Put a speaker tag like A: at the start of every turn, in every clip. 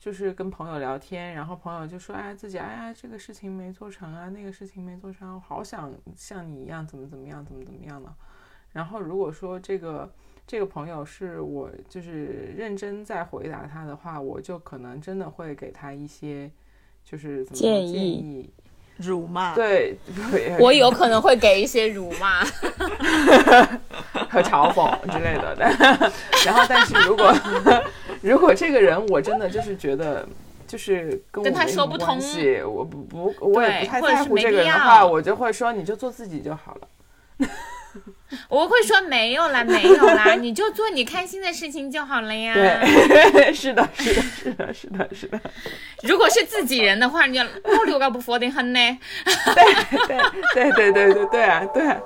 A: 就是跟朋友聊天，然后朋友就说：“哎，自己哎呀，这个事情没做成啊，那个事情没做成啊，我好想像你一样，怎么怎么样，怎么怎么样呢？”然后如果说这个这个朋友是我就是认真在回答他的话，我就可能真的会给他一些就是怎么说
B: 建议
A: 建议
C: 辱骂，
A: 对，
B: 我有可能会给一些辱骂，
A: 和嘲讽之类的。 但然后，但是如果 如果这个人我真的就是觉得就是跟我
B: 跟他
A: 没什
B: 说
A: 么
B: 不
A: 关
B: 通
A: 系，我不不我也
B: 对
A: 不太
B: 或者
A: 在
B: 是
A: 乎
B: 没
A: 这个
B: 必
A: 人的
B: 要
A: 话，我就会说你就做自己就好了。
B: 我会说没有啦，没有 啦，你就做你开心的事情就好了呀。
A: 对， 是的，是的，是的，是的，是的，
B: 如果是自己人的话，你就我六个不佛的很呢。
A: 对对对对对对啊，对啊。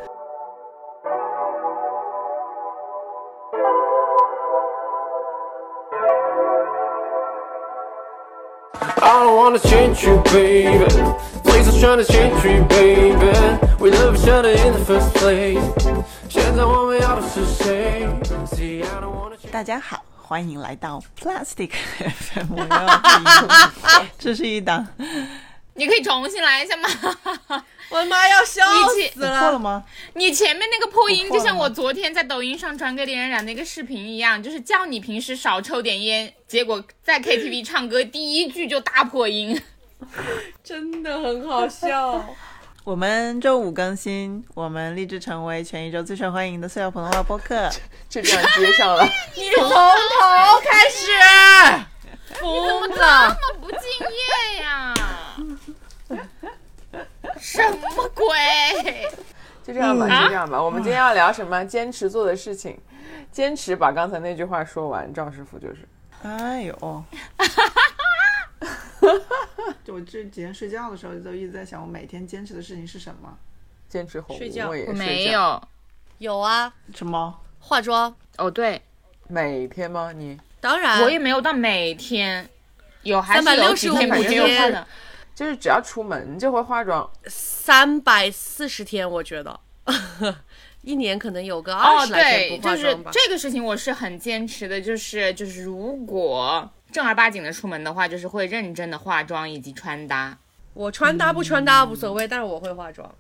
D: I don't wanna change you, baby. Please don't try to change me, baby. We love each other in the first place. 现在我们要的是谁？See, I don't wanna change.
C: 大家好，欢迎来到 Plastic FM 五幺一，这是一档，
B: 你可以重新来一 下吗？
E: 我的妈，要笑
B: 你起
E: 死
C: 你错了
E: 了！
C: 吗？
B: 你前面那个破音，
C: 我错了
B: 就像我昨天在抖音上传给李冉冉那个视频一样，就是叫你平时少抽点烟，结果在 KTV 唱歌第一句就大破音。
E: 真的很好笑。
C: 我们周五更新，我们立志成为全宇宙最受欢迎的塑料普通话播 客。
A: 就这样接上了，
E: 你从头开始，
B: 怎么那么不敬业呀？什么鬼？
A: 就这样吧，
B: 嗯
A: 就这样吧。我们今天要聊什么？坚持做的事情，坚持把刚才那句话说完。赵师傅就是，
C: 哎 呦，我这几天睡觉的时候都一直在想，我每天坚持的事情是什么？
A: 坚持红，
E: 睡觉
A: 我也睡觉
B: 没，有。
E: 有啊，
C: 什么？
E: 化妆，
B: 哦，对，
A: 每天吗？你
E: 当然
B: 我也没有到每天，有还是有几
E: 365
B: 天不用化
E: 天
B: 的。
A: 就是只要出门就会化妆，
E: 三百四十天，我觉得 一年可能有个二
B: 哦，
E: 十来
B: 对
E: 天，不
B: 就
E: 化
B: 是
E: 妆吧。
B: 这个事情我是很坚持的，就是就是如果正儿八经的出门的话，就是会认真的化妆以及穿搭。
E: 我穿搭不穿搭无所
B: 嗯
E: 谓，但是我会化妆。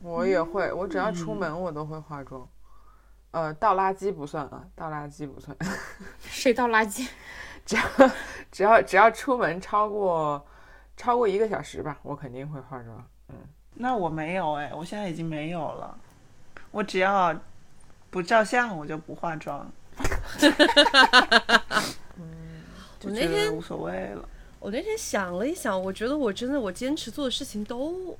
A: 我
E: 嗯
A: 也会，我只要出门我都会化妆。呃，倒垃圾不算啊，倒垃圾不算。
B: 谁倒垃圾？
A: 只要只要只要出门超过超过一个小时吧，我肯定会化妆。
C: 那我没有哎，我现在已经没有了。我只要不照相，我就不化妆，
E: 我
C: 就
E: 那
C: 觉
E: 天
C: 得无所谓了。
E: 我那天想了一想，我觉得我真的我坚持做的事情都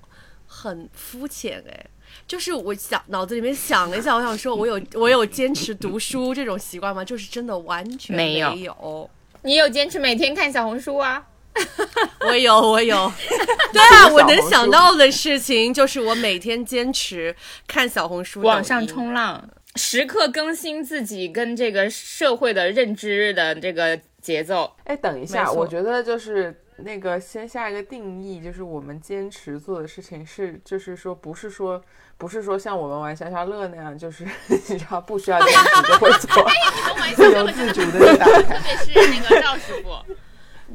E: 很肤浅哎，就是我想脑子里面想了一下，我想说我有我有坚持读书这种习惯吗？就是真的完全
B: 没有
E: 有，有
B: 你有坚持每天看小红书啊？
E: 我 有我有，对啊，
A: 读
E: 我
A: 小红
E: 能
A: 书
E: 想到的事情就是我每天坚持看小红书、
B: 网上
E: 抖音
B: 冲浪，时刻更新自己跟这个社会的认知的这个节奏。
A: 哎，等一下，
E: 没错
A: 我觉得就是那个先下一个定义，就是我们坚持做的事情是，就是说不是说不是说像我们玩消消乐那样，就是 你知道不需要坚持就会 做，
B: 自由自主的打开，特别是那个赵师傅，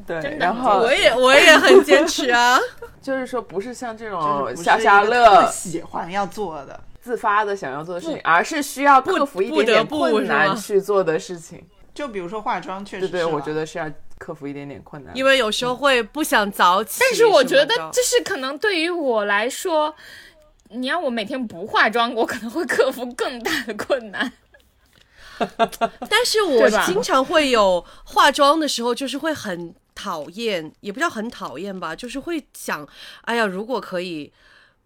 A: 对
B: 真，的
A: 然后
E: 我也我也很坚持啊，
A: 就是说不是像这
C: 就是
A: 种
C: 不是
A: 消消
C: 一个特
A: 哦乐
C: 别喜欢要做的。
A: 自发的想要做的事情，而是需要克服一点点
E: 不得不
A: 困
E: 是
A: 难
E: 吗啊
A: 去做的事情。
C: 就比如说化妆，确实
A: 对对，我觉
C: 得
A: 得是要克服一点点困难。
E: 因为有时候会不想早起什么 的。
B: 但是我觉得就是可能对于我来说，你让我每天不化妆，我可能会克服更大的困难。
E: 但是我
B: 对吧
E: 经常会有化妆的时候，就是会很讨厌，也不叫很讨厌吧，就是会想，哎呀，如果可以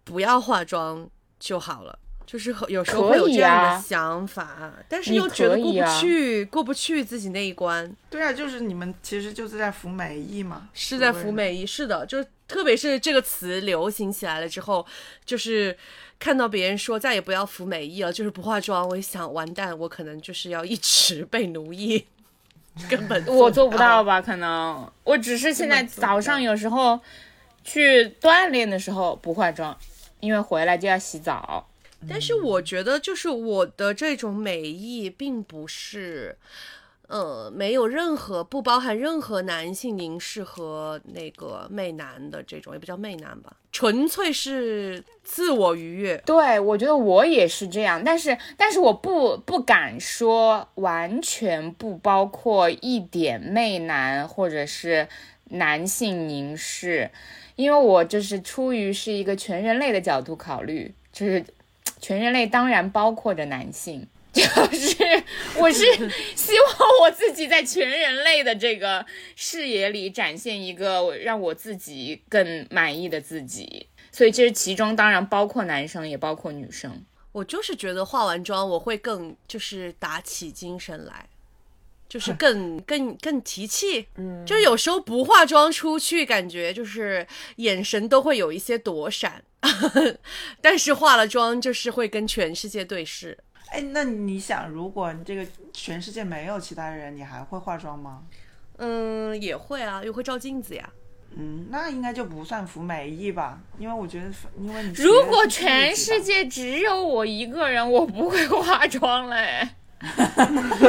E: 不要化妆就好了。就是很有时候会有这样
B: 可以
E: 的
B: 啊
E: 想法，但是
B: 你
E: 又觉得
B: 可
E: 过
B: 以
E: 不
B: 啊
E: 去，过不去自己那一关，
C: 对啊，就是你们其实就是在服美役嘛，
E: 是在
C: 所谓
E: 服
C: 的。
E: 美仪，是的，就是特别是这个词流行起来了之后，就是看到别人说再也不要服美仪了，就是不化妆，我一想完蛋，我可能就是要一直被奴役，根本
B: 我做
E: 不
B: 不
E: 到
B: 到吧？可能我只是现在早上有时候去锻炼的时候不化妆，因为回来就要洗澡。
E: 但是我觉得，就是我的这种美意，并不是，呃，没有任何不包含任何男性凝视和那个媚男的这种，也不叫媚男吧，纯粹是自我愉悦。
B: 对，我觉得我也是这样，但是但是我不不敢说完全不包括一点媚男或者是男性凝视，因为我就是出于是一个全人类的角度考虑，就是全人类当然包括着男性。就是，我是希望我自己在全人类的这个视野里展现一个我让我自己更满意的自己，所以这其中当然包括男生，也包括女生。
E: 我就是觉得化完妆我会更就是打起精神来，就是更更更提气。嗯，就是有时候不化妆出去，感觉就是眼神都会有一些躲闪， 但是化了妆就是会跟全世界对视。
C: 哎，那你想，如果你这个全世界没有其他人，你还会化妆吗？
E: 嗯，也会啊，又会照镜子呀。
C: 嗯，那应该就不算服美役吧，因为我觉得，因为你学
B: 如
C: 的
B: 果
C: 嗯是
B: 全
C: 设
B: 世
C: 计吧，
B: 界只有我一个人，我不会化妆嘞。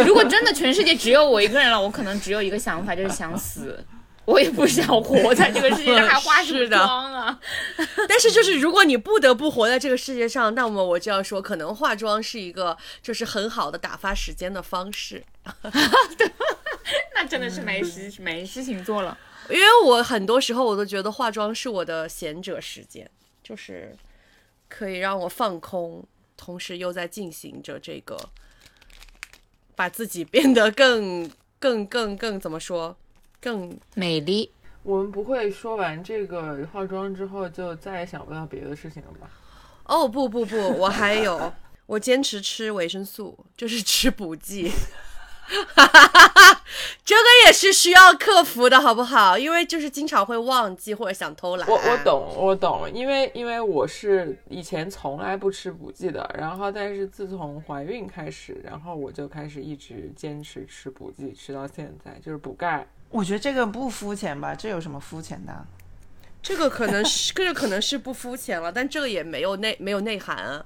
B: 如果真的全世界只有我一个人了，我可能只有一个想法，就是想死。我也不想活在这个世界上，还化什么
E: 是的
B: 妆啊？
E: 但是就是如果你不得不活在这个世界上，那么我就要说，可能化妆是一个就是很好的打发时间的方式。
B: 那真的是没事、没事情做了。
E: 因为我很多时候我都觉得化妆是我的闲者时间，就是可以让我放空，同时又在进行着这个，把自己变得更 更更更怎么说，更
B: 美丽，
A: 我们不会说完这个化妆之后就再也想不到别的事情了吧？
E: 哦不不不，我还有我坚持吃维生素，就是吃补剂。 这个也是需要克服的，好不好？因为就是经常会忘记或者想偷懒。
A: 我我懂，我懂，因为因为我是以前从来不吃补剂的，然后但是自从怀孕开始，然后我就开始一直坚持吃补剂，吃到现在就是补钙。
C: 我觉得这个不肤浅吧，这有什么肤浅的啊？
E: 这个可能是，这个可能是不肤浅了，但这个也没有内没有内涵啊，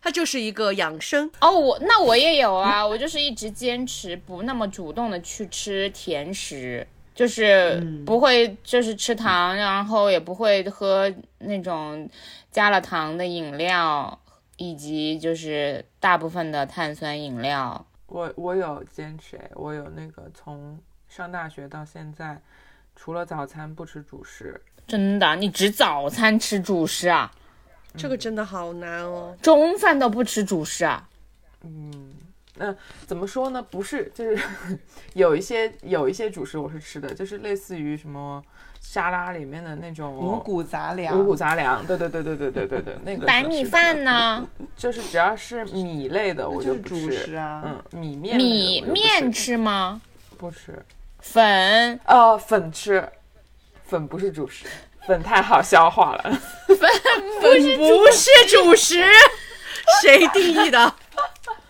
E: 它就是一个养生。
B: 哦，我那我也有啊，我就是一直坚持不那么主动的去吃甜食，就是不会就是吃糖，然后也不会喝那种加了糖的饮料，以及就是大部分的碳酸饮料。
A: 我我有坚持，哎我有那个从上大学到现在，除了早餐不吃主食，
B: 真的，你只早餐吃主食啊，
E: 这个真的好难哦，
B: 中饭都不吃主食啊？
A: 那怎么说呢？不是，就是 有一些有一些主食我是吃的，就是类似于什么沙拉里面的那种
C: 五谷杂粮，
A: 五谷杂粮，对对对对对对对对，那个
B: 白
A: 是
B: 米
A: 吃的
B: 饭，呢？
A: 就是只要是米类的我就
C: 就
A: 是不
C: 主食
A: 吃，
C: 啊
A: 嗯，米面类
B: 米
A: 的我就不
B: 面吃吗？
A: 不吃，
B: 粉
A: 呃，粉吃，粉不是主食，粉太好消化了，
E: 不是不是主食，谁定义的？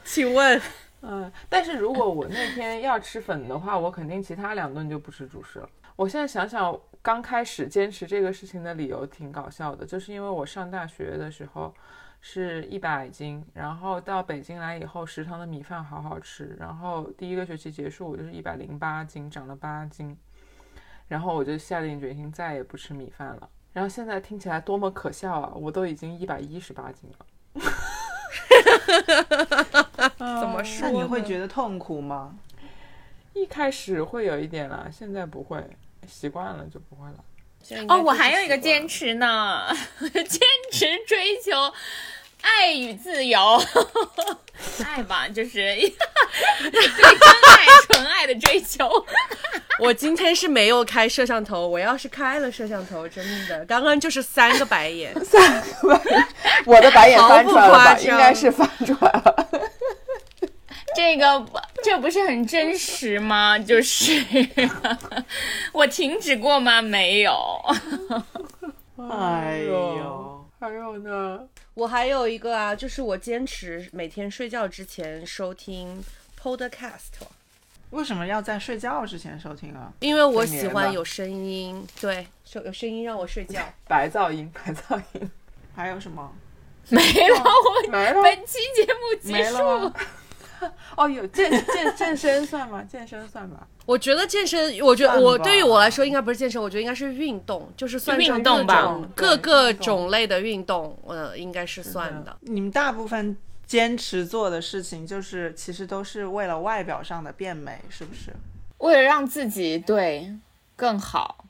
E: 请问
A: 嗯，但是如果我那天要吃粉的话，我肯定其他两顿就不吃主食了。我现在想想，刚开始坚持这个事情的理由挺搞笑的，就是因为我上大学的时候是一百斤，然后到北京来以后，食堂的米饭好好吃，然后第一个学期结束，我就是一百零八斤，长了八斤，然后我就下定决心再也不吃米饭了。然后现在听起来多么可笑啊！我都已经一百一十八斤了。
E: 怎么
C: 那
E: 说
C: 你
E: 呢？
C: 会觉得痛苦吗？
A: 一开始会有一点啦，现在不会，习惯了就不会 了。
B: 哦，我还有一个坚持呢， 坚持追求爱与自由， 爱吧，就是 对真爱、纯爱的追求。
E: 我今天是没有开摄像头，我要是开了摄像头，真的刚刚就是三个白眼。
A: 我的白眼
E: 毫
A: 翻
E: 不
A: 出来了
E: 夸
A: 吧？
E: 张
A: 应该是翻出来了。
B: 这个这不是很真实吗？就是 我停止过吗？没有。
C: 哎呦，
A: 还有呢？
E: 我还有一个啊，就是我坚持每天睡觉之前收听 podcast。
C: 为什么要在睡觉之前收听啊？
E: 因为我
A: 睡
E: 喜
A: 眠吧
E: 欢有声音，对，有有声音让我睡觉。
A: 白噪音，白噪音，
C: 还有什么？
B: 没了，我
A: 没了，
B: 本期节目结
A: 没
B: 束
A: 了。吗？ 哦，有健健健身算吗？健身算吧。
E: 我觉得健身，我觉得
C: 算
E: 我
C: 吧
E: 对于我来说应该不是健身，我觉得应该是运动，就是算上
B: 运
E: 各
B: 动吧
E: 种
A: 对
E: 各个
A: 运动
E: 种类的运动，呃，应该是算的。
C: 你们大部分坚持做的事情，就是其实都是为了外表上的变美，是不是？
B: 为了让自己对更好。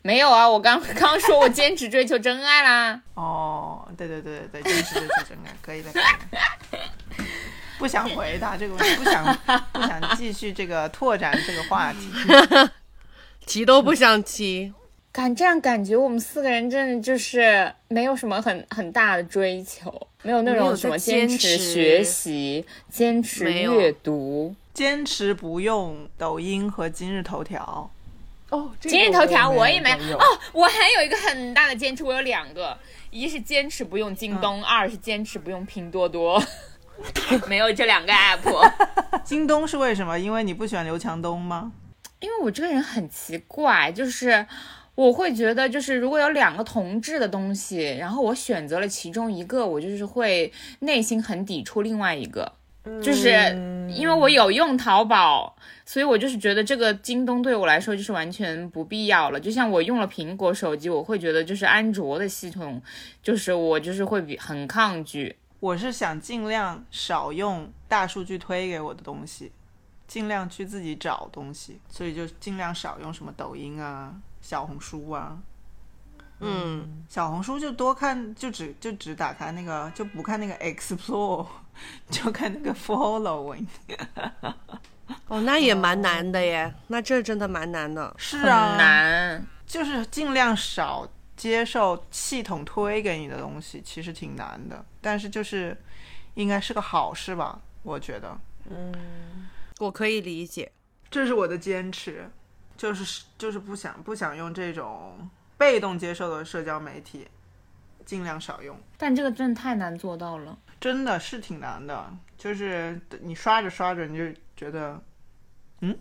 B: 没有啊，我刚刚说我坚持追求真爱啦。
C: 哦，对对对对对，坚持就是真爱，可以的。可以的不想回答这个问题，不想不想继续这个拓展这个话题。
E: 提都不想提。
B: 感这样感觉我们四个人真的就是没有什么很很大的追求，没有那
E: 没
B: 种
E: 有在
B: 什么坚
E: 坚
B: 持
E: 持
B: 学习、坚持
E: 没有
B: 阅读。
C: 坚持不用抖音和今日头条，
A: 哦，这个
B: 今日头条我
A: 我
B: 也没
A: 有
B: 哦，我还有一个很大的坚持，我有两个，一是坚持不用京东，二是坚持不用拼多多，嗯 没有这两个 app。
C: 京东是为什么？因为你不喜欢刘强东吗？
B: 因为我这个人很奇怪，就是我会觉得，就是如果有两个同质的东西，然后我选择了其中一个，我就是会内心很抵触另外一个，就是
C: 嗯
B: 因为我有用淘宝，所以我就是觉得这个京东对我来说就是完全不必要了。就像我用了苹果手机，我会觉得就是安卓的系统，就是我就是会比很抗拒。
C: 我是想尽量少用大数据推给我的东西，尽量去自己找东西，所以就尽量少用什么抖音啊、小红书啊。
E: 嗯，
C: 小红书就多看，就只就只打开那个，就不看那个 Explore，就 看那个 Following。
E: 哦，那也蛮难的耶，那这真的蛮难的。
C: 是
B: 很
C: 啊，
B: 难，
C: 就是尽量少接受系统推给你的东西，其实挺难的，但是就是应该是个好事吧，我觉得。
E: 我可以理解，
C: 这是我的坚持，就是就是不想不想用这种被动接受的社交媒体，尽量少用。
B: 但这个真的太难做到了。
C: 真的是挺难的，就是你刷着刷着你就觉得，嗯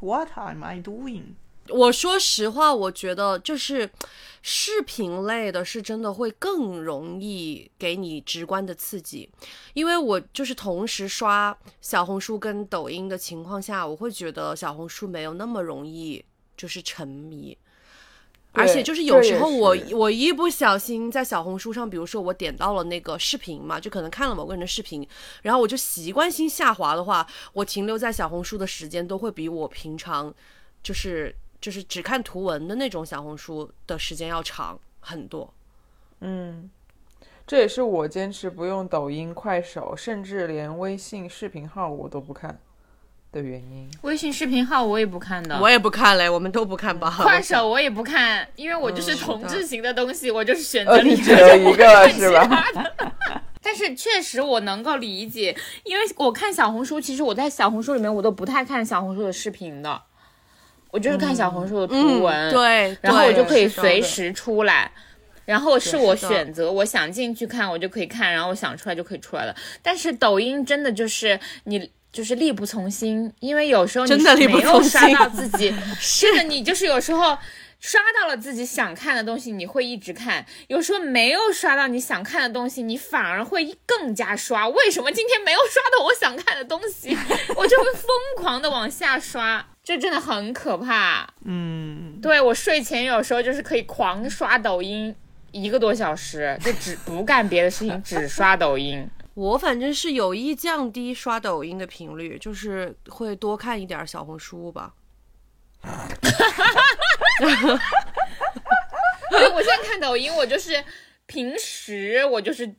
C: ，What am I doing？
E: 我说实话，我觉得就是视频类的，是真的会更容易给你直观的刺激，因为我就是同时刷小红书跟抖音的情况下，我会觉得小红书没有那么容易就是沉迷。
A: 对
E: 而且就是有时候
A: 这也
E: 我
A: 是
E: 我一不小心在小红书上，比如说我点到了那个视频嘛，就可能看了某个人的视频，然后我就习惯性下滑的话，我停留在小红书的时间都会比我平常就是就是只看图文的那种小红书的时间要长很多。
A: 嗯，这也是我坚持不用抖音、快手，甚至连微信视频号我都不看的原因。
B: 微信视频号我也不看的，
E: 我也不看嘞，我们都不看吧。
B: 嗯 快手我也不看，因为我就是同质型的东西，我就是选择
A: 呃
B: 里
A: 你
B: 面
A: 只有一个
B: 其
A: 是吧？
B: 他的。但是确实我能够理解，因为我看小红书，其实我在小红书里面我都不太看小红书的视频的，我就是看小红书的图
E: 嗯，
B: 文，
E: 对，
B: 然后我就可以
E: 是的
B: 随时出来。然后是我
E: 是的
B: 选择，我想进去看，我就可以看，然后我想出来就可以出来了。但是抖音真的就是你就是力不从心，因为有时候你
E: 真的力不
B: 没有
E: 从
B: 刷
E: 心
B: 到自 己，是的，你就是有时候刷到了自己想看的东西，你会一直看；有时候没有刷到你想看的东西，你反而会更加刷。为什么今天没有刷到我想看的东西，我就会疯狂的往下刷，这真的很可怕。
C: 嗯，
B: 对我睡前有时候就是可以狂刷抖音一个多小时，就只不干别的事情，只刷抖 音。
E: 我反正是有意降低刷抖音的频率，就是会多看一点小红书吧。
B: 所以我现在看抖音，我就是平时我就是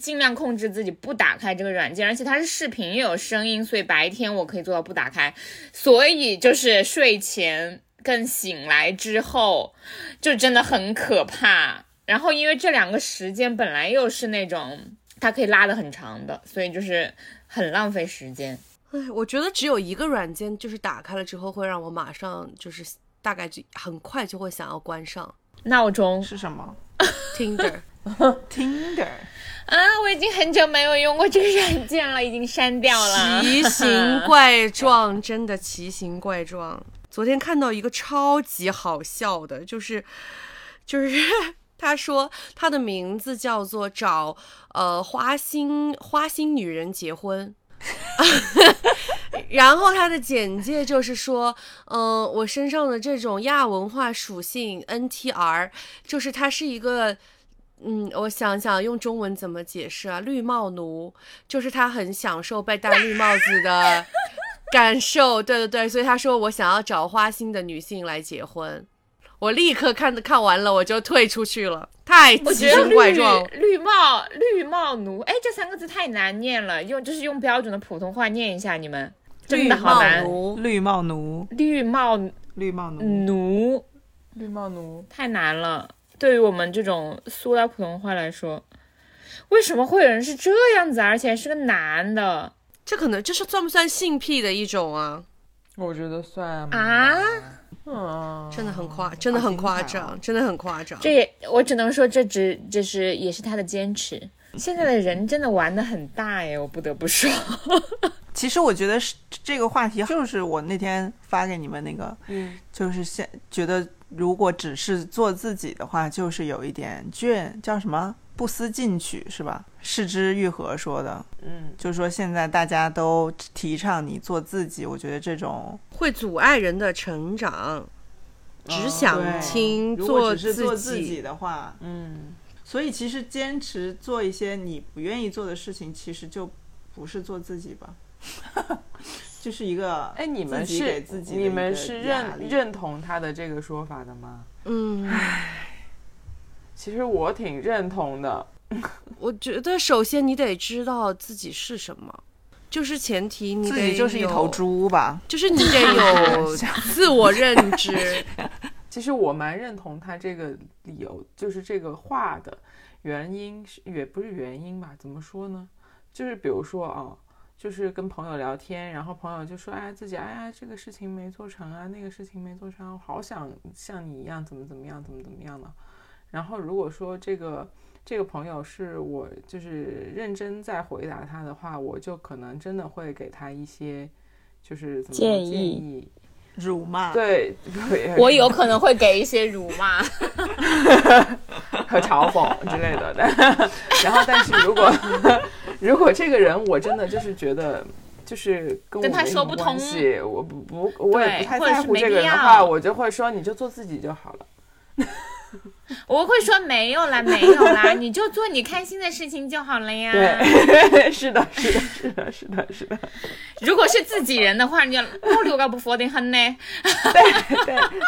B: 尽量控制自己不打开这个软件，而且它是视频又有声音，所以白天我可以做到不打开，所以就是睡前跟醒来之后就真的很可怕。然后因为这两个时间本来又是那种它可以拉的很长的，所以就是很浪费时间。
E: 哎，我觉得只有一个软件，就是打开了之后会让我马上就是大概就很快就会想要关上
B: 闹钟
C: 是什么
E: Tinder。
C: ？Tinder
B: 啊，我已经很久没有用过这个软件了，已经删掉了。
E: 奇形怪状，真的奇形怪状。 昨天看到一个超级好笑的，就是 就是他说他的名字叫做找呃花心花心女人结婚， 然后他的简介就是说，嗯、我身上的这种亚文化属性 NTR，就是它是一个，嗯，我想想用中文怎么解释啊？绿帽奴，就是他很享受被戴绿帽子的感受。对对对，所以他说我想要找花心的女性来结婚。我立刻看看完了，我就退出去了，太
B: 我
E: 奇
B: 觉得
E: 形怪
B: 绿
E: 状了。
B: 绿帽绿帽奴，哎，这三个字太难念了，用就是用标准的普通话念一下，你们真的好
E: 绿帽
B: 难。
E: 奴，
C: 绿帽奴，
B: 绿帽
C: 绿帽奴，
B: 奴
A: 绿帽奴，
B: 太难了，对于我们这种塑料普通话来说，为什么会有人是这样子啊，而且还是个男的？
E: 这可能这是算不算性癖的一种啊？
A: 我觉得算
B: 啊
A: 吧，嗯，
E: 真的很夸，真的很夸张，真的很夸张。
B: 这也我只能说这只这是也是他的坚持。现在的人真的玩的很大耶，我不得不说。
C: 其实我觉得是这个话题，就是我那天发给你们那个，嗯，就是现觉得如果只是做自己的话，就是有一点倦，叫什么不思进取是吧？是之愈合说的，
A: 嗯，
C: 就说现在大家都提倡你做自己，我觉得这种
E: 会阻碍人的成长，只想
C: 对
E: 听
C: 如果
E: 做
C: 只是做自
E: 嗯己。
C: 己的话，
A: 嗯，
C: 所以其实坚持做一些你不愿意做的事情，其实就不是做自己吧， 就是一个
A: 哎，你们
C: 自己
A: 是
C: 给自己的
A: 你
C: 一个
A: 们是
C: 压
A: 认
C: 力
A: 认同他的这个说法的吗？
E: 嗯，
A: 其实我挺认同的，
E: 我觉得首先你得知道自己是什么，就是前提你
C: 自
E: 得
C: 己就是一头
E: 有，
C: 猪吧。
E: 就是你得 有自我认知。
A: 其实我蛮认同他这个理由，就是这个话的原因是也不是原因吧？怎么说呢？就是比如说啊、就是跟朋友聊天，然后朋友就说，哎，自己哎呀这个事情没做成啊，那个事情没做成啊，我好想像你一样，怎么怎么样，怎么怎么样呢？然后如果说这个这个朋友是我就是认真在回答他的话，我就可能真的会给他一些就是怎么说
B: 建
A: 建
B: 议
A: 议
C: 辱骂，
A: 对，
B: 我 有可能会给一些辱骂，
A: 和嘲讽之类的。 但然后，但是如果 如果这个人我真的就是觉得就是跟我
B: 跟他
A: 没什
B: 说
A: 么
B: 不
A: 关
B: 通
A: 系，我不不我也不
B: 对
A: 太
B: 或者
A: 在
B: 是
A: 乎
B: 没
A: 这个
B: 必
A: 人的
B: 要
A: 话，我就会说你就做自己就好了。
B: 我会说没有啦，没有啦，你就做你开心的事情就好了呀。啊
A: 对， 是的，是的，是的，是的，是的，
B: 如果是自己人的话，你就不留个不佛的很呢。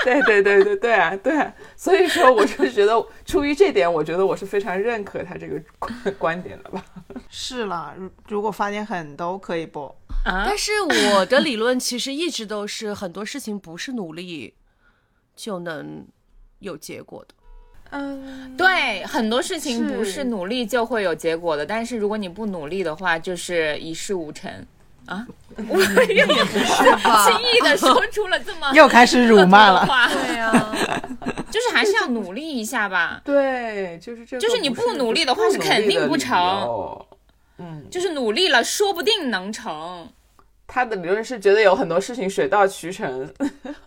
A: 对对对对对啊，对啊。所以说，我就觉得出于这点，我觉得我是非常认可他这个观观点的吧。
C: 是啦。如如果发点狠都可以不？
B: 啊
E: 但，是我的理论其实一直都是很多事情不是努力就能有结果的。
A: 嗯，
B: 对，很多事情
A: 是
B: 不是努力就会有结果的，但是如果你不努力的话，就是一事无成 啊。我又 轻易的说出了这么
C: 又开始辱骂
B: 恶毒的
C: 了。
B: 话，
E: 对呀，
B: 就是还是要努力一下吧。
A: 对，就是这个，
B: 就是你不努力的话是肯定不成。
A: 嗯，
B: 就是努力了，说不定能成。
A: 他的理论是觉得有很多事情水到渠成，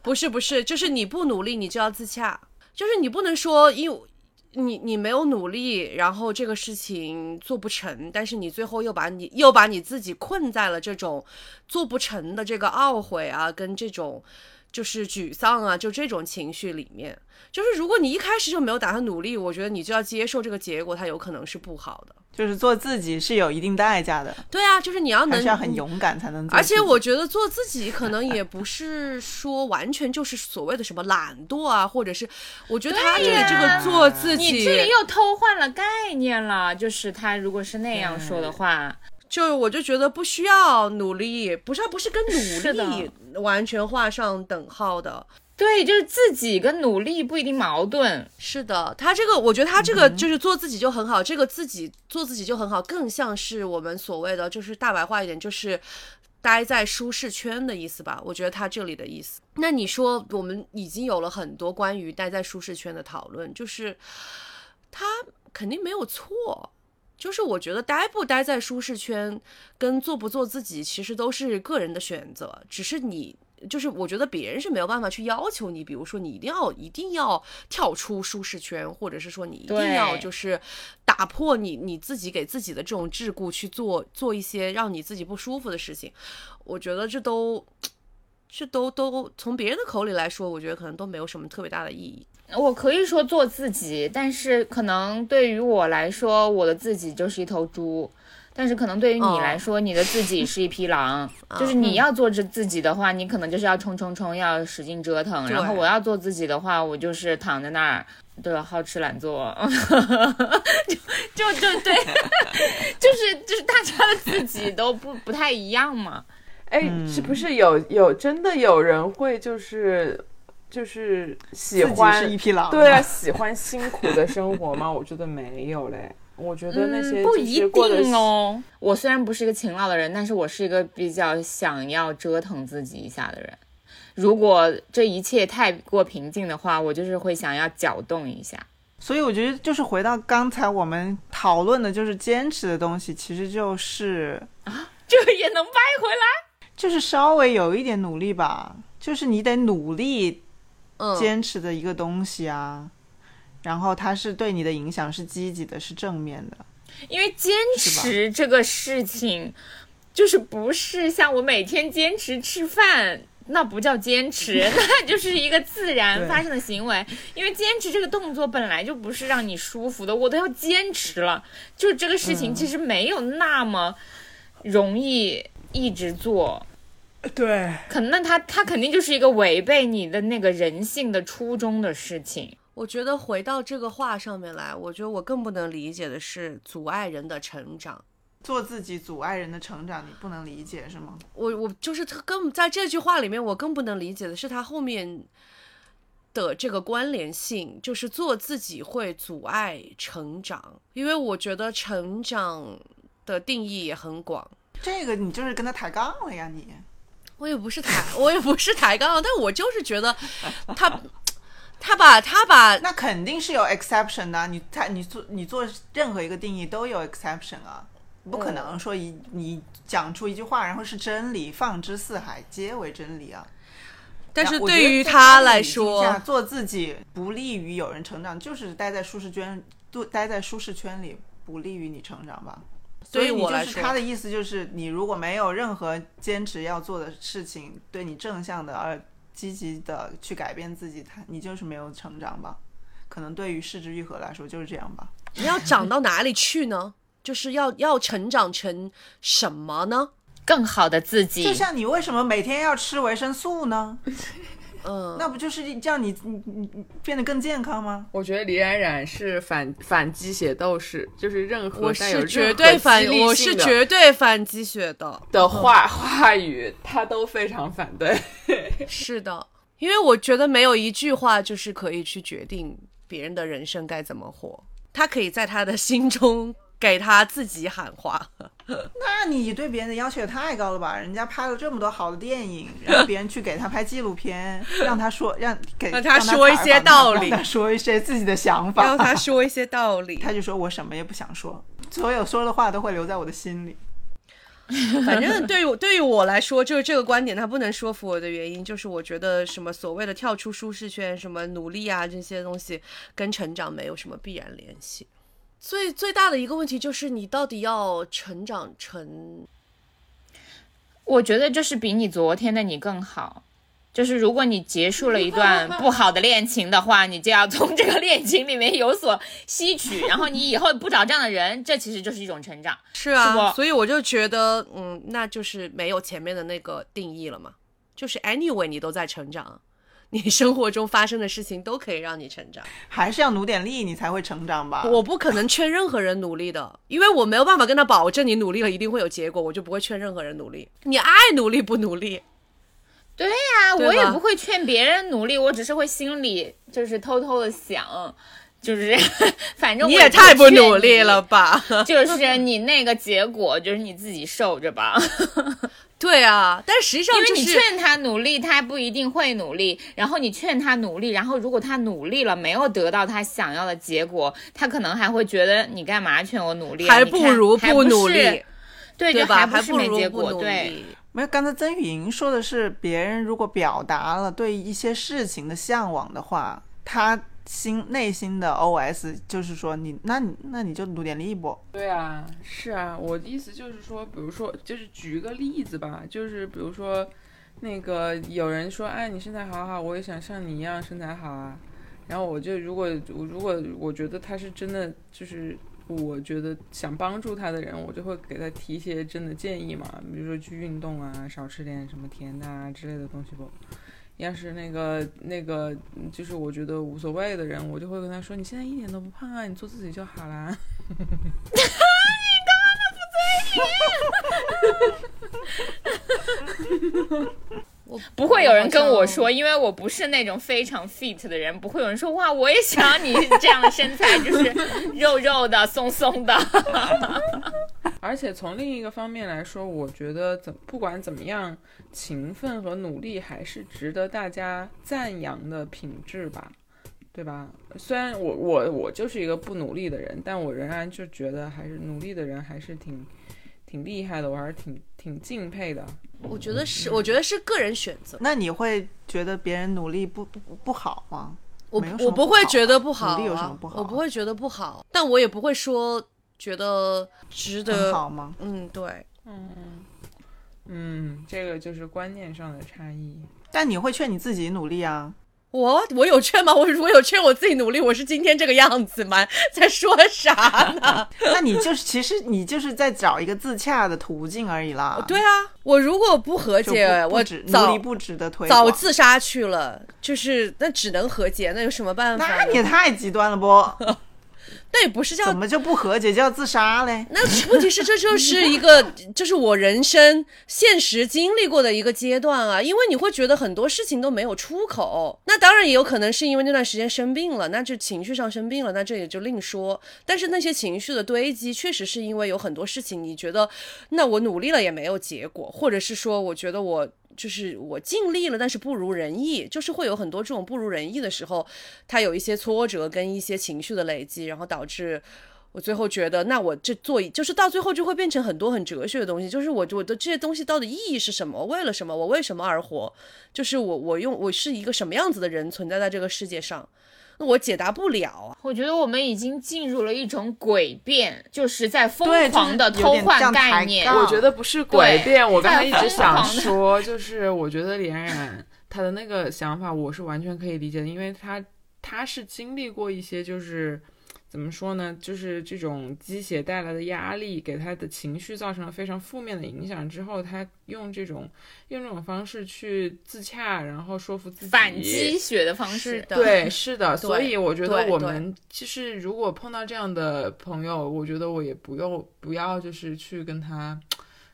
E: 不是不是，就是你不努力，你就要自洽，就是你不能说因为你你没有努力，然后这个事情做不成，但是你最后又把你又把你自己困在了这种做不成的这个懊悔啊，跟这种就是沮丧啊，就这种情绪里面。就是如果你一开始就没有打算努力，我觉得你就要接受这个结果，它有可能是不好的。
C: 就是做自己是有一定代价的，
E: 对啊，就是你要
C: 还
E: 能
C: 是要很勇敢才能做
E: 而
C: 自己。
E: 且我觉得做自己可能也不是说完全就是所谓的什么懒惰啊，或者是我觉得他这
B: 对
E: 个
B: 呀
E: 这个做自
B: 你
E: 己
B: 这，里又偷换了概念了，就是他如果是那样说的话，
E: 就我就觉得不需要努力，不是不是跟
B: 是
E: 努力
B: 的
E: 完全画上等号的。
B: 对，就是自己跟努力不一定矛盾。
E: 是的，他这个我觉得他这个就是做自己就很好，这个自己做自己就很好，更像是我们所谓的就是大白话一点，就是待在舒适圈的意思吧。我觉得他这里的意思。那你说我们已经有了很多关于待在舒适圈的讨论，就是他肯定没有错。就是我觉得待不待在舒适圈，跟做不做自己，其实都是个人的选择，只是你就是我觉得别人是没有办法去要求你，比如说你一定要一定要跳出舒适圈，或者是说你一定
B: 对
E: 要就是打破你你自己给自己的这种桎梏去做做一些让你自己不舒服的事情。我觉得这都这都都从别人的口里来说，我觉得可能都没有什么特别大的意义。
B: 我可以说做自己，但是可能对于我来说，我的自己就是一头猪。但是可能对于你
E: 哦嗯
B: 来说你的自己是一匹狼，就是你要做着自己的话，你可能就是要冲冲冲，要使劲折腾。然后
E: 对
B: 我要做自己的话，我就是躺在那儿，对，好吃懒做， 就就就对， 就是就是大家的自己都不不太一样嘛。
A: 哎，是不是有有真的有人会就是就是喜
C: 自己是
A: 欢
C: 一匹狼，
A: 对啊，喜欢辛苦的生活吗？我觉得没有嘞。我觉得那些
B: 嗯、不
A: 就
B: 一
A: 是过得
B: 定哦。我虽然不是一个勤劳的人，但是我是一个比较想要折腾自己一下的人。如果这一切太过平静的话，我就是会想要搅动一下。
C: 所以我觉得就是回到刚才我们讨论的，就是坚持的东西，其实就是
B: 这个也能掰回来？
C: 就是稍微有一点努力吧，就是你得努力
E: 嗯，
C: 坚持的一个东西啊，然后它是对你的影响是积极的，是正面的。
B: 因为坚
C: 是吧
B: 持这个事情，就是不是像我每天坚持吃饭。那不叫坚持， 那就是一个自然
C: 对
B: 发生的行为。因为坚持这个动作本来就不是让你舒服的，我都要坚持了，就这个事
C: 嗯
B: 情其实没有那么容易一直做。
C: 对，
B: 可能那他他肯定就是一个违背你的那个人性的初衷的事情。
E: 我觉得回到这个话上面来，我觉得我更不能理解的是阻碍人的成长。
C: 做自己阻碍人的成长，你不能理解是吗？
E: 我我就是特更在这句话里面，我更不能理解的是他后面的这个关联性，就是做自己会阻碍成长，因为我觉得成长的定义也很广。
C: 这个你就是跟他抬杠了呀，你。
E: 我也不是抬， 我也不是抬杠，啊但我就是觉得他 他把他把
C: 那肯定是有 exception 的啊，你他你做你做任何一个定义都有 exception 啊，不
E: 嗯
C: 可能说一你讲出一句话，然后是真理，放之四海皆为真理啊。
E: 但是
C: 我觉得
E: 对于
C: 在
E: 他
C: 这种
E: 来
C: 语境下
E: 说，
C: 做自己不利于有人成长，就是待在舒适圈，都待在舒适圈里不利于你成长吧。所
E: 对
C: 以
E: 于
C: 你
E: 我
C: 就
E: 来
C: 是
E: 说，
C: 他的意思就是，你如果没有任何坚持要做的事情，对你正向的而积极的去改变自己，他你就是没有成长吧？可能对于失之愈合来说就是这样吧。
E: 你要长到哪里去呢？ 就是要要成长成什么呢？
B: 更好的自己，
C: 就像你为什么每天要吃维生素呢？
E: 嗯，
C: 那不就是让你你你你变得更健康吗？
A: 我觉得李冉冉是反反鸡血斗士，就是任何
E: 我
A: 带有
E: 是
A: 任
E: 绝
A: 何
E: 对反
A: 激，励
E: 我
A: 性
E: 是
A: 的
E: 绝对反鸡血的，
A: 的话话语，他都非常反对。
E: 是的，因为我觉得没有一句话就是可以去决定别人的人生该怎么活，他可以在他的心中 给他自己喊话。
C: 那你对别人的要求也太高了吧？人家拍了这么多好的电影，然后别人去给他拍纪录片， 让他说让给
E: 让他
C: 他
E: 说一
C: 采
E: 些
C: 访
E: 道理
C: 让他说一些自己的想法，
E: 让他说一些道理，
C: 他就说我什么也不想说，所有说的话都会留在我的心里。
E: 反正对于我对于我来说，就是这个观点，它不能说服我的原因，就是我觉得什么所谓的跳出舒适圈、什么努力啊这些东西，跟成长没有什么必然联系。最最大的一个问题就是，你到底要成长成
B: 我觉得就是比你昨天的你更好。就是如果你结束了一 段不好的恋情的话，你就要从这个恋情里面有所吸取，然后你以后不找这样的人，这其实就是一种成长。
E: 是
B: 是
E: 啊，
B: 吧
E: 所以我就觉得，嗯，那就是没有前面的那个定义了嘛。就是 anyway，你都在成长，你生活中发生的事情都可以让你成长。
C: 还是要努点力，你才会成长吧。
E: 我不可能劝任何人努力的，因为我没有办法跟他保证你努力了一定会有结果，我就不会劝任何人努力。你爱努力不努力？
B: 对呀、
E: 对吧
B: 我也不会劝别人努力，我只是会心里就是偷偷的想，就是 反正我
E: 你也
B: 不
E: 太不
B: 劝
E: 努
B: 你
E: 力了，吧？
B: 就是你那个结果就是你自己受着吧。
E: 对啊，但实际上
B: 因为
E: 就
B: 你
E: 是
B: 劝他努力，他不一定会努力；然后你劝他努力，然后如果他努力了，没有得到他想要的结果，他可能还会觉得你干嘛劝我努力、啊？
E: 还
B: 你看
E: 不如
B: 还
E: 不
B: 是
E: 努力，
B: 对，
E: 对
B: 就
E: 吧？
B: 不
E: 还
B: 是
E: 不
B: 没
E: 如
B: 结
E: 不
B: 果。
E: 努
B: 对，
E: 力。
C: 没有，刚才曾雨莹说的是，别人如果表达了对一些事情的向往的话，他心内心的 OS 就是说你，那你那你就努点力不？
A: 对啊，是啊，我的意思就是说，比如说，就是举一个例子吧，就是比如说，那个有人说，哎，你身材好好，我也想像你一样身材好啊。然后我就如果我如果我觉得他是真的，就是我觉得想帮助他的人，我就会给他提一些真的建议嘛，比如说去运动啊，少吃点什么甜的啊之类的东西不。要是那个那个就是我觉得无所谓的人，我就会跟他说，你现在一点都不胖啊，你做自己就好啦。
E: 我
B: 不会有人跟我
E: 好
B: 说，因为我不是那种非常 fit 的人，不会有人说哇，我也想要你这样的身材，就是肉肉的、松松的。
A: 而且从另一个方面来说，我觉得怎不管怎么样，勤奋和努力还是值得大家赞扬的品质吧，对吧？虽然我我我就是一个不努力的人，但我仍然就觉得还是努力的人还是挺挺厉害的，我还是挺挺敬佩的。
E: 像我觉得是，我觉得是个人选择，
C: 那你会觉得别人努力不不不好吗？
E: 我
C: 没有什么
E: 我
C: 不
E: 不会
C: 好
E: 觉得
C: 啊
E: 不好、啊，
C: 努力有什么不好啊
E: 我不会觉得不好，但我也不会说觉得值
C: 很
E: 得。
C: 好吗？
E: 嗯，对，
A: 嗯嗯，这个就是观念上的差异。
C: 但你会劝你自己努力啊。
E: 我我有劝吗？我 我有劝我自己努力，我是今天这个样子吗？ 在说啥呢？
C: 那你就是，其实你就是在找一个自洽的途径而已啦。
E: 对啊，我如果不和
C: 就
E: 解，
C: 不
E: 我
C: 不止努
E: 早
C: 力不值得推
E: 早
C: 广。
E: 自杀去了，就是那只能和解，那有什么办法
C: 那
E: 呢？
C: 你也太极端了不？
E: 那也不是叫
C: 怎么就不和解就要自杀嘞？
E: 那问题是，这就是一个，就是我人生现实经历过的一个阶段啊。因为你会觉得很多事情都没有出口，那当然也有可能是因为那段时间生病了，那就情绪上生病了，那这也就另说。但是那些情绪的堆积，确实是因为有很多事情，你觉得那我努力了也没有结果，或者是说我觉得我。就是我尽力了，但是不如人意，就是会有很多这种不如人意的时候，它有一些挫折跟一些情绪的累积，然后导致我最后觉得，那我这做就是到最后就会变成很多很哲学的东西，就是我我的这些东西到底意义是什么？为了什么？我为什么而活？就是我我用我是一个什么样子的人存在在这个世界上？那我解答不了啊。
B: 我觉得我们已经进入了一种诡辩，就是在
C: 对
B: 疯
C: 就是
B: 狂的
C: 有
B: 偷
C: 点
B: 换
C: 像
B: 概
C: 抬
B: 念。
C: 杠
A: 我觉得不是诡辩，
B: 对
A: 我刚才一
B: 在
A: 直想
B: 疯
A: 说，就是我觉得连然他的那个想法，我是完全可以理解的，因为他他是经历过一些就是。怎么说呢？就是这种鸡血带来的压力，给他的情绪造成了非常负面的影响。之后，他用这种用这种方式去自洽，然后说服自己
B: 反击血的方式
E: 是的
A: 对，是的，所
E: 对
A: 以我觉得
E: 对
A: 我
E: 对
A: 们其实如果碰到这样的朋友，我觉得我也不用不要就是去跟他，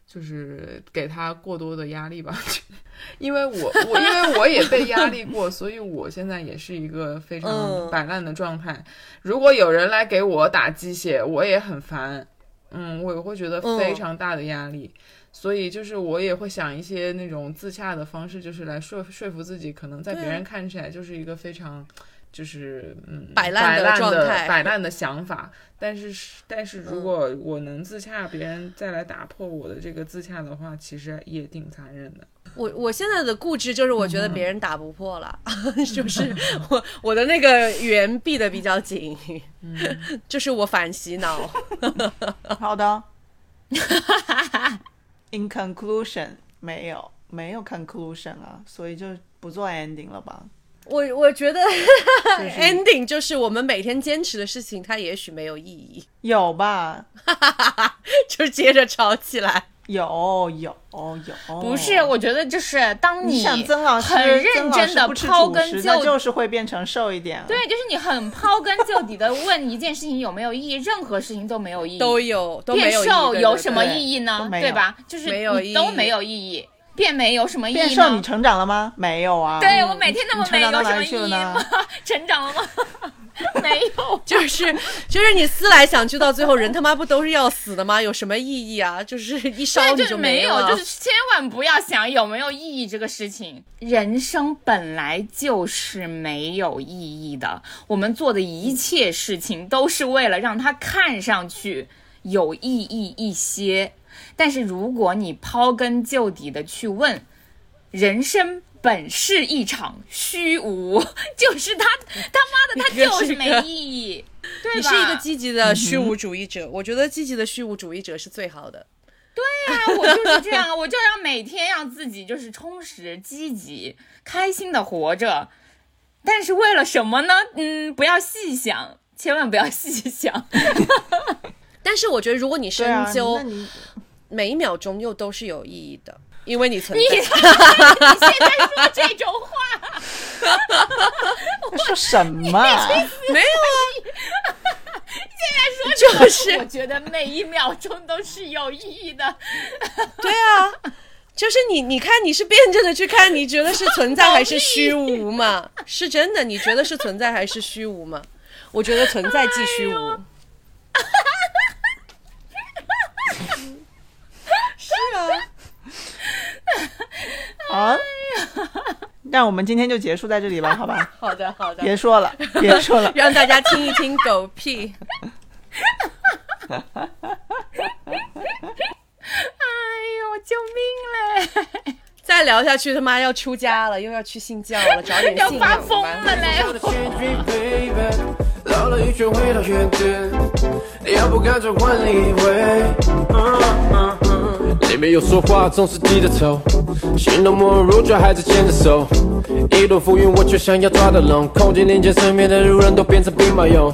A: 就是给他过多的压力吧， 因为我我因为我也被压力过，所以我现在也是一个非常
E: 嗯
A: 摆烂的状态。如果有人来给我打鸡血，我也很烦，嗯，我也会觉得非
E: 嗯
A: 常大的压力。所以就是我也会想一些那种自洽的方式，就是来说说服自己，可能在
E: 对
A: 别
E: 啊
A: 人看起来就是一个非常就是嗯
E: 摆烂的
A: 摆烂
E: 状
A: 的
E: 态嗯
A: 摆烂的想法。但是是但是如果我能自洽，别人再来打破我的这个自洽的话，其实也挺残忍的。
E: 我我现在的固执就是，我觉得别人打不破了， 就是我我的那个圆闭的比较紧， 就是我反洗脑。
C: 好的。In conclusion，没有没有 conclusion 啊，所以就不做 ending 了吧？
E: 我我觉得
C: 就是
E: ending 就是我们每天坚持的事情，它也许没有意义，
C: 有吧？
E: 就接着吵起来。
C: 有有有，
B: 不是，我觉得就是当
C: 哦你想曾老师
B: 很认真
C: 的
B: 的刨根
C: 那
B: 究底
C: 就是会变成瘦一点。
B: 对，就是你很刨根究底的问一件事情有没有意义，任何事情都没有意义，
E: 都有都没
B: 变
E: 有
B: 瘦有什么
E: 义？
B: 意义
C: 都
B: 呢？
C: 没有
B: 对吧？就是
E: 没有
B: 你
E: 意义
B: 都没有意义，变美有什么意
C: 变
B: 义
C: 瘦你
B: 呢？
C: 成长了吗？没有啊。
B: 对我每天那
C: 你
B: 么
C: 成
B: 美有
C: 长到
B: 什
C: 哪
B: 么
C: 里
B: 意
C: 去了
B: 义
C: 呢
B: 吗？？ 成长了吗？没有。
E: 对对就是就是你思来想去，到最后人他妈不都是要死的吗？有什么意义啊？就是一烧
B: 对，
E: 你
B: 就
E: 没
B: 没有，
E: 了
B: 就是千万不要想有没有意义这个事情。人生本来就是没有意义的，我们做的一切事情都是为了让它看上去有意义一些。但是如果你刨根究底的去问，人生本是一场虚无， 就是他他妈的他
E: 你这
B: 就是是没
E: 个
B: 意义，对吧？
E: 你是一个积极
C: 嗯
E: 的虚无主义者，我觉得积极的虚无主义者是最好的。
B: 啊，我就是这样，我就要每天让自己就是充实、积极、开心的活着。但是为了什么呢？嗯，不要细想，千万不要细想。
E: 但是我觉得，如果你
C: 对啊
E: 深究
C: 那，你
E: 每一秒钟又都是有意义的，因为你存
B: 你你
E: 在。
B: 现在说这种话，
C: 说什 么啊？
E: 没有啊，
B: 现在说这种话
E: 就是
B: 我觉得每一秒钟都是有意义的。
E: 对啊，就是你，你看你是辩证的去看，你觉得是存在还是虚无嘛？是真的，你觉得是存在还是虚无嘛？我觉得存在即虚无。
B: 哎
C: 啊？那我们今天就结束在这里吧，好吧？
E: 好的，好的，，
C: 别说了，别说了
E: 让大家听一听狗屁。
B: 哎呦，救命嘞！
E: 再聊下去，他妈要出家了，又要去信教了，找 点
B: 要
E: 信
B: 发
E: 仰
B: 疯
E: 吧
B: 了。嘞！
D: 的结局，baby，绕了一圈回到原点，要不干脆换另一位。嗯嗯嗯你没有说话，总是低着头，心动莫如这孩子牵着手，一朵浮云我却想要抓得拢，空气凝结身边的路人都变成兵马俑。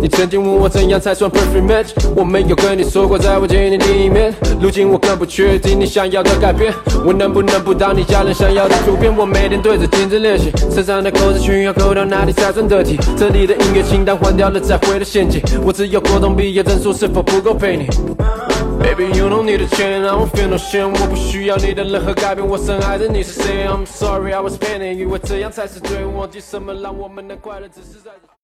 D: 你曾经问我怎样才算 perfect match，我没有跟你说过在我见你第一面，如今我更不确定你想要的改变，我能不能不当你家人想要的主编？我每天对着镜子练习，身上的扣子需要扣到哪里才算得体？这里的音乐清单换掉了再回的陷阱，我只有高中毕业证书是否不够配你？Baby, you don't need a chain. I don't feel no shame. 我不需要你的任何改变，我深爱着你是谁？I'm sorry, I was painting. 以为这样才是对，忘记什么让我们的快乐只是在。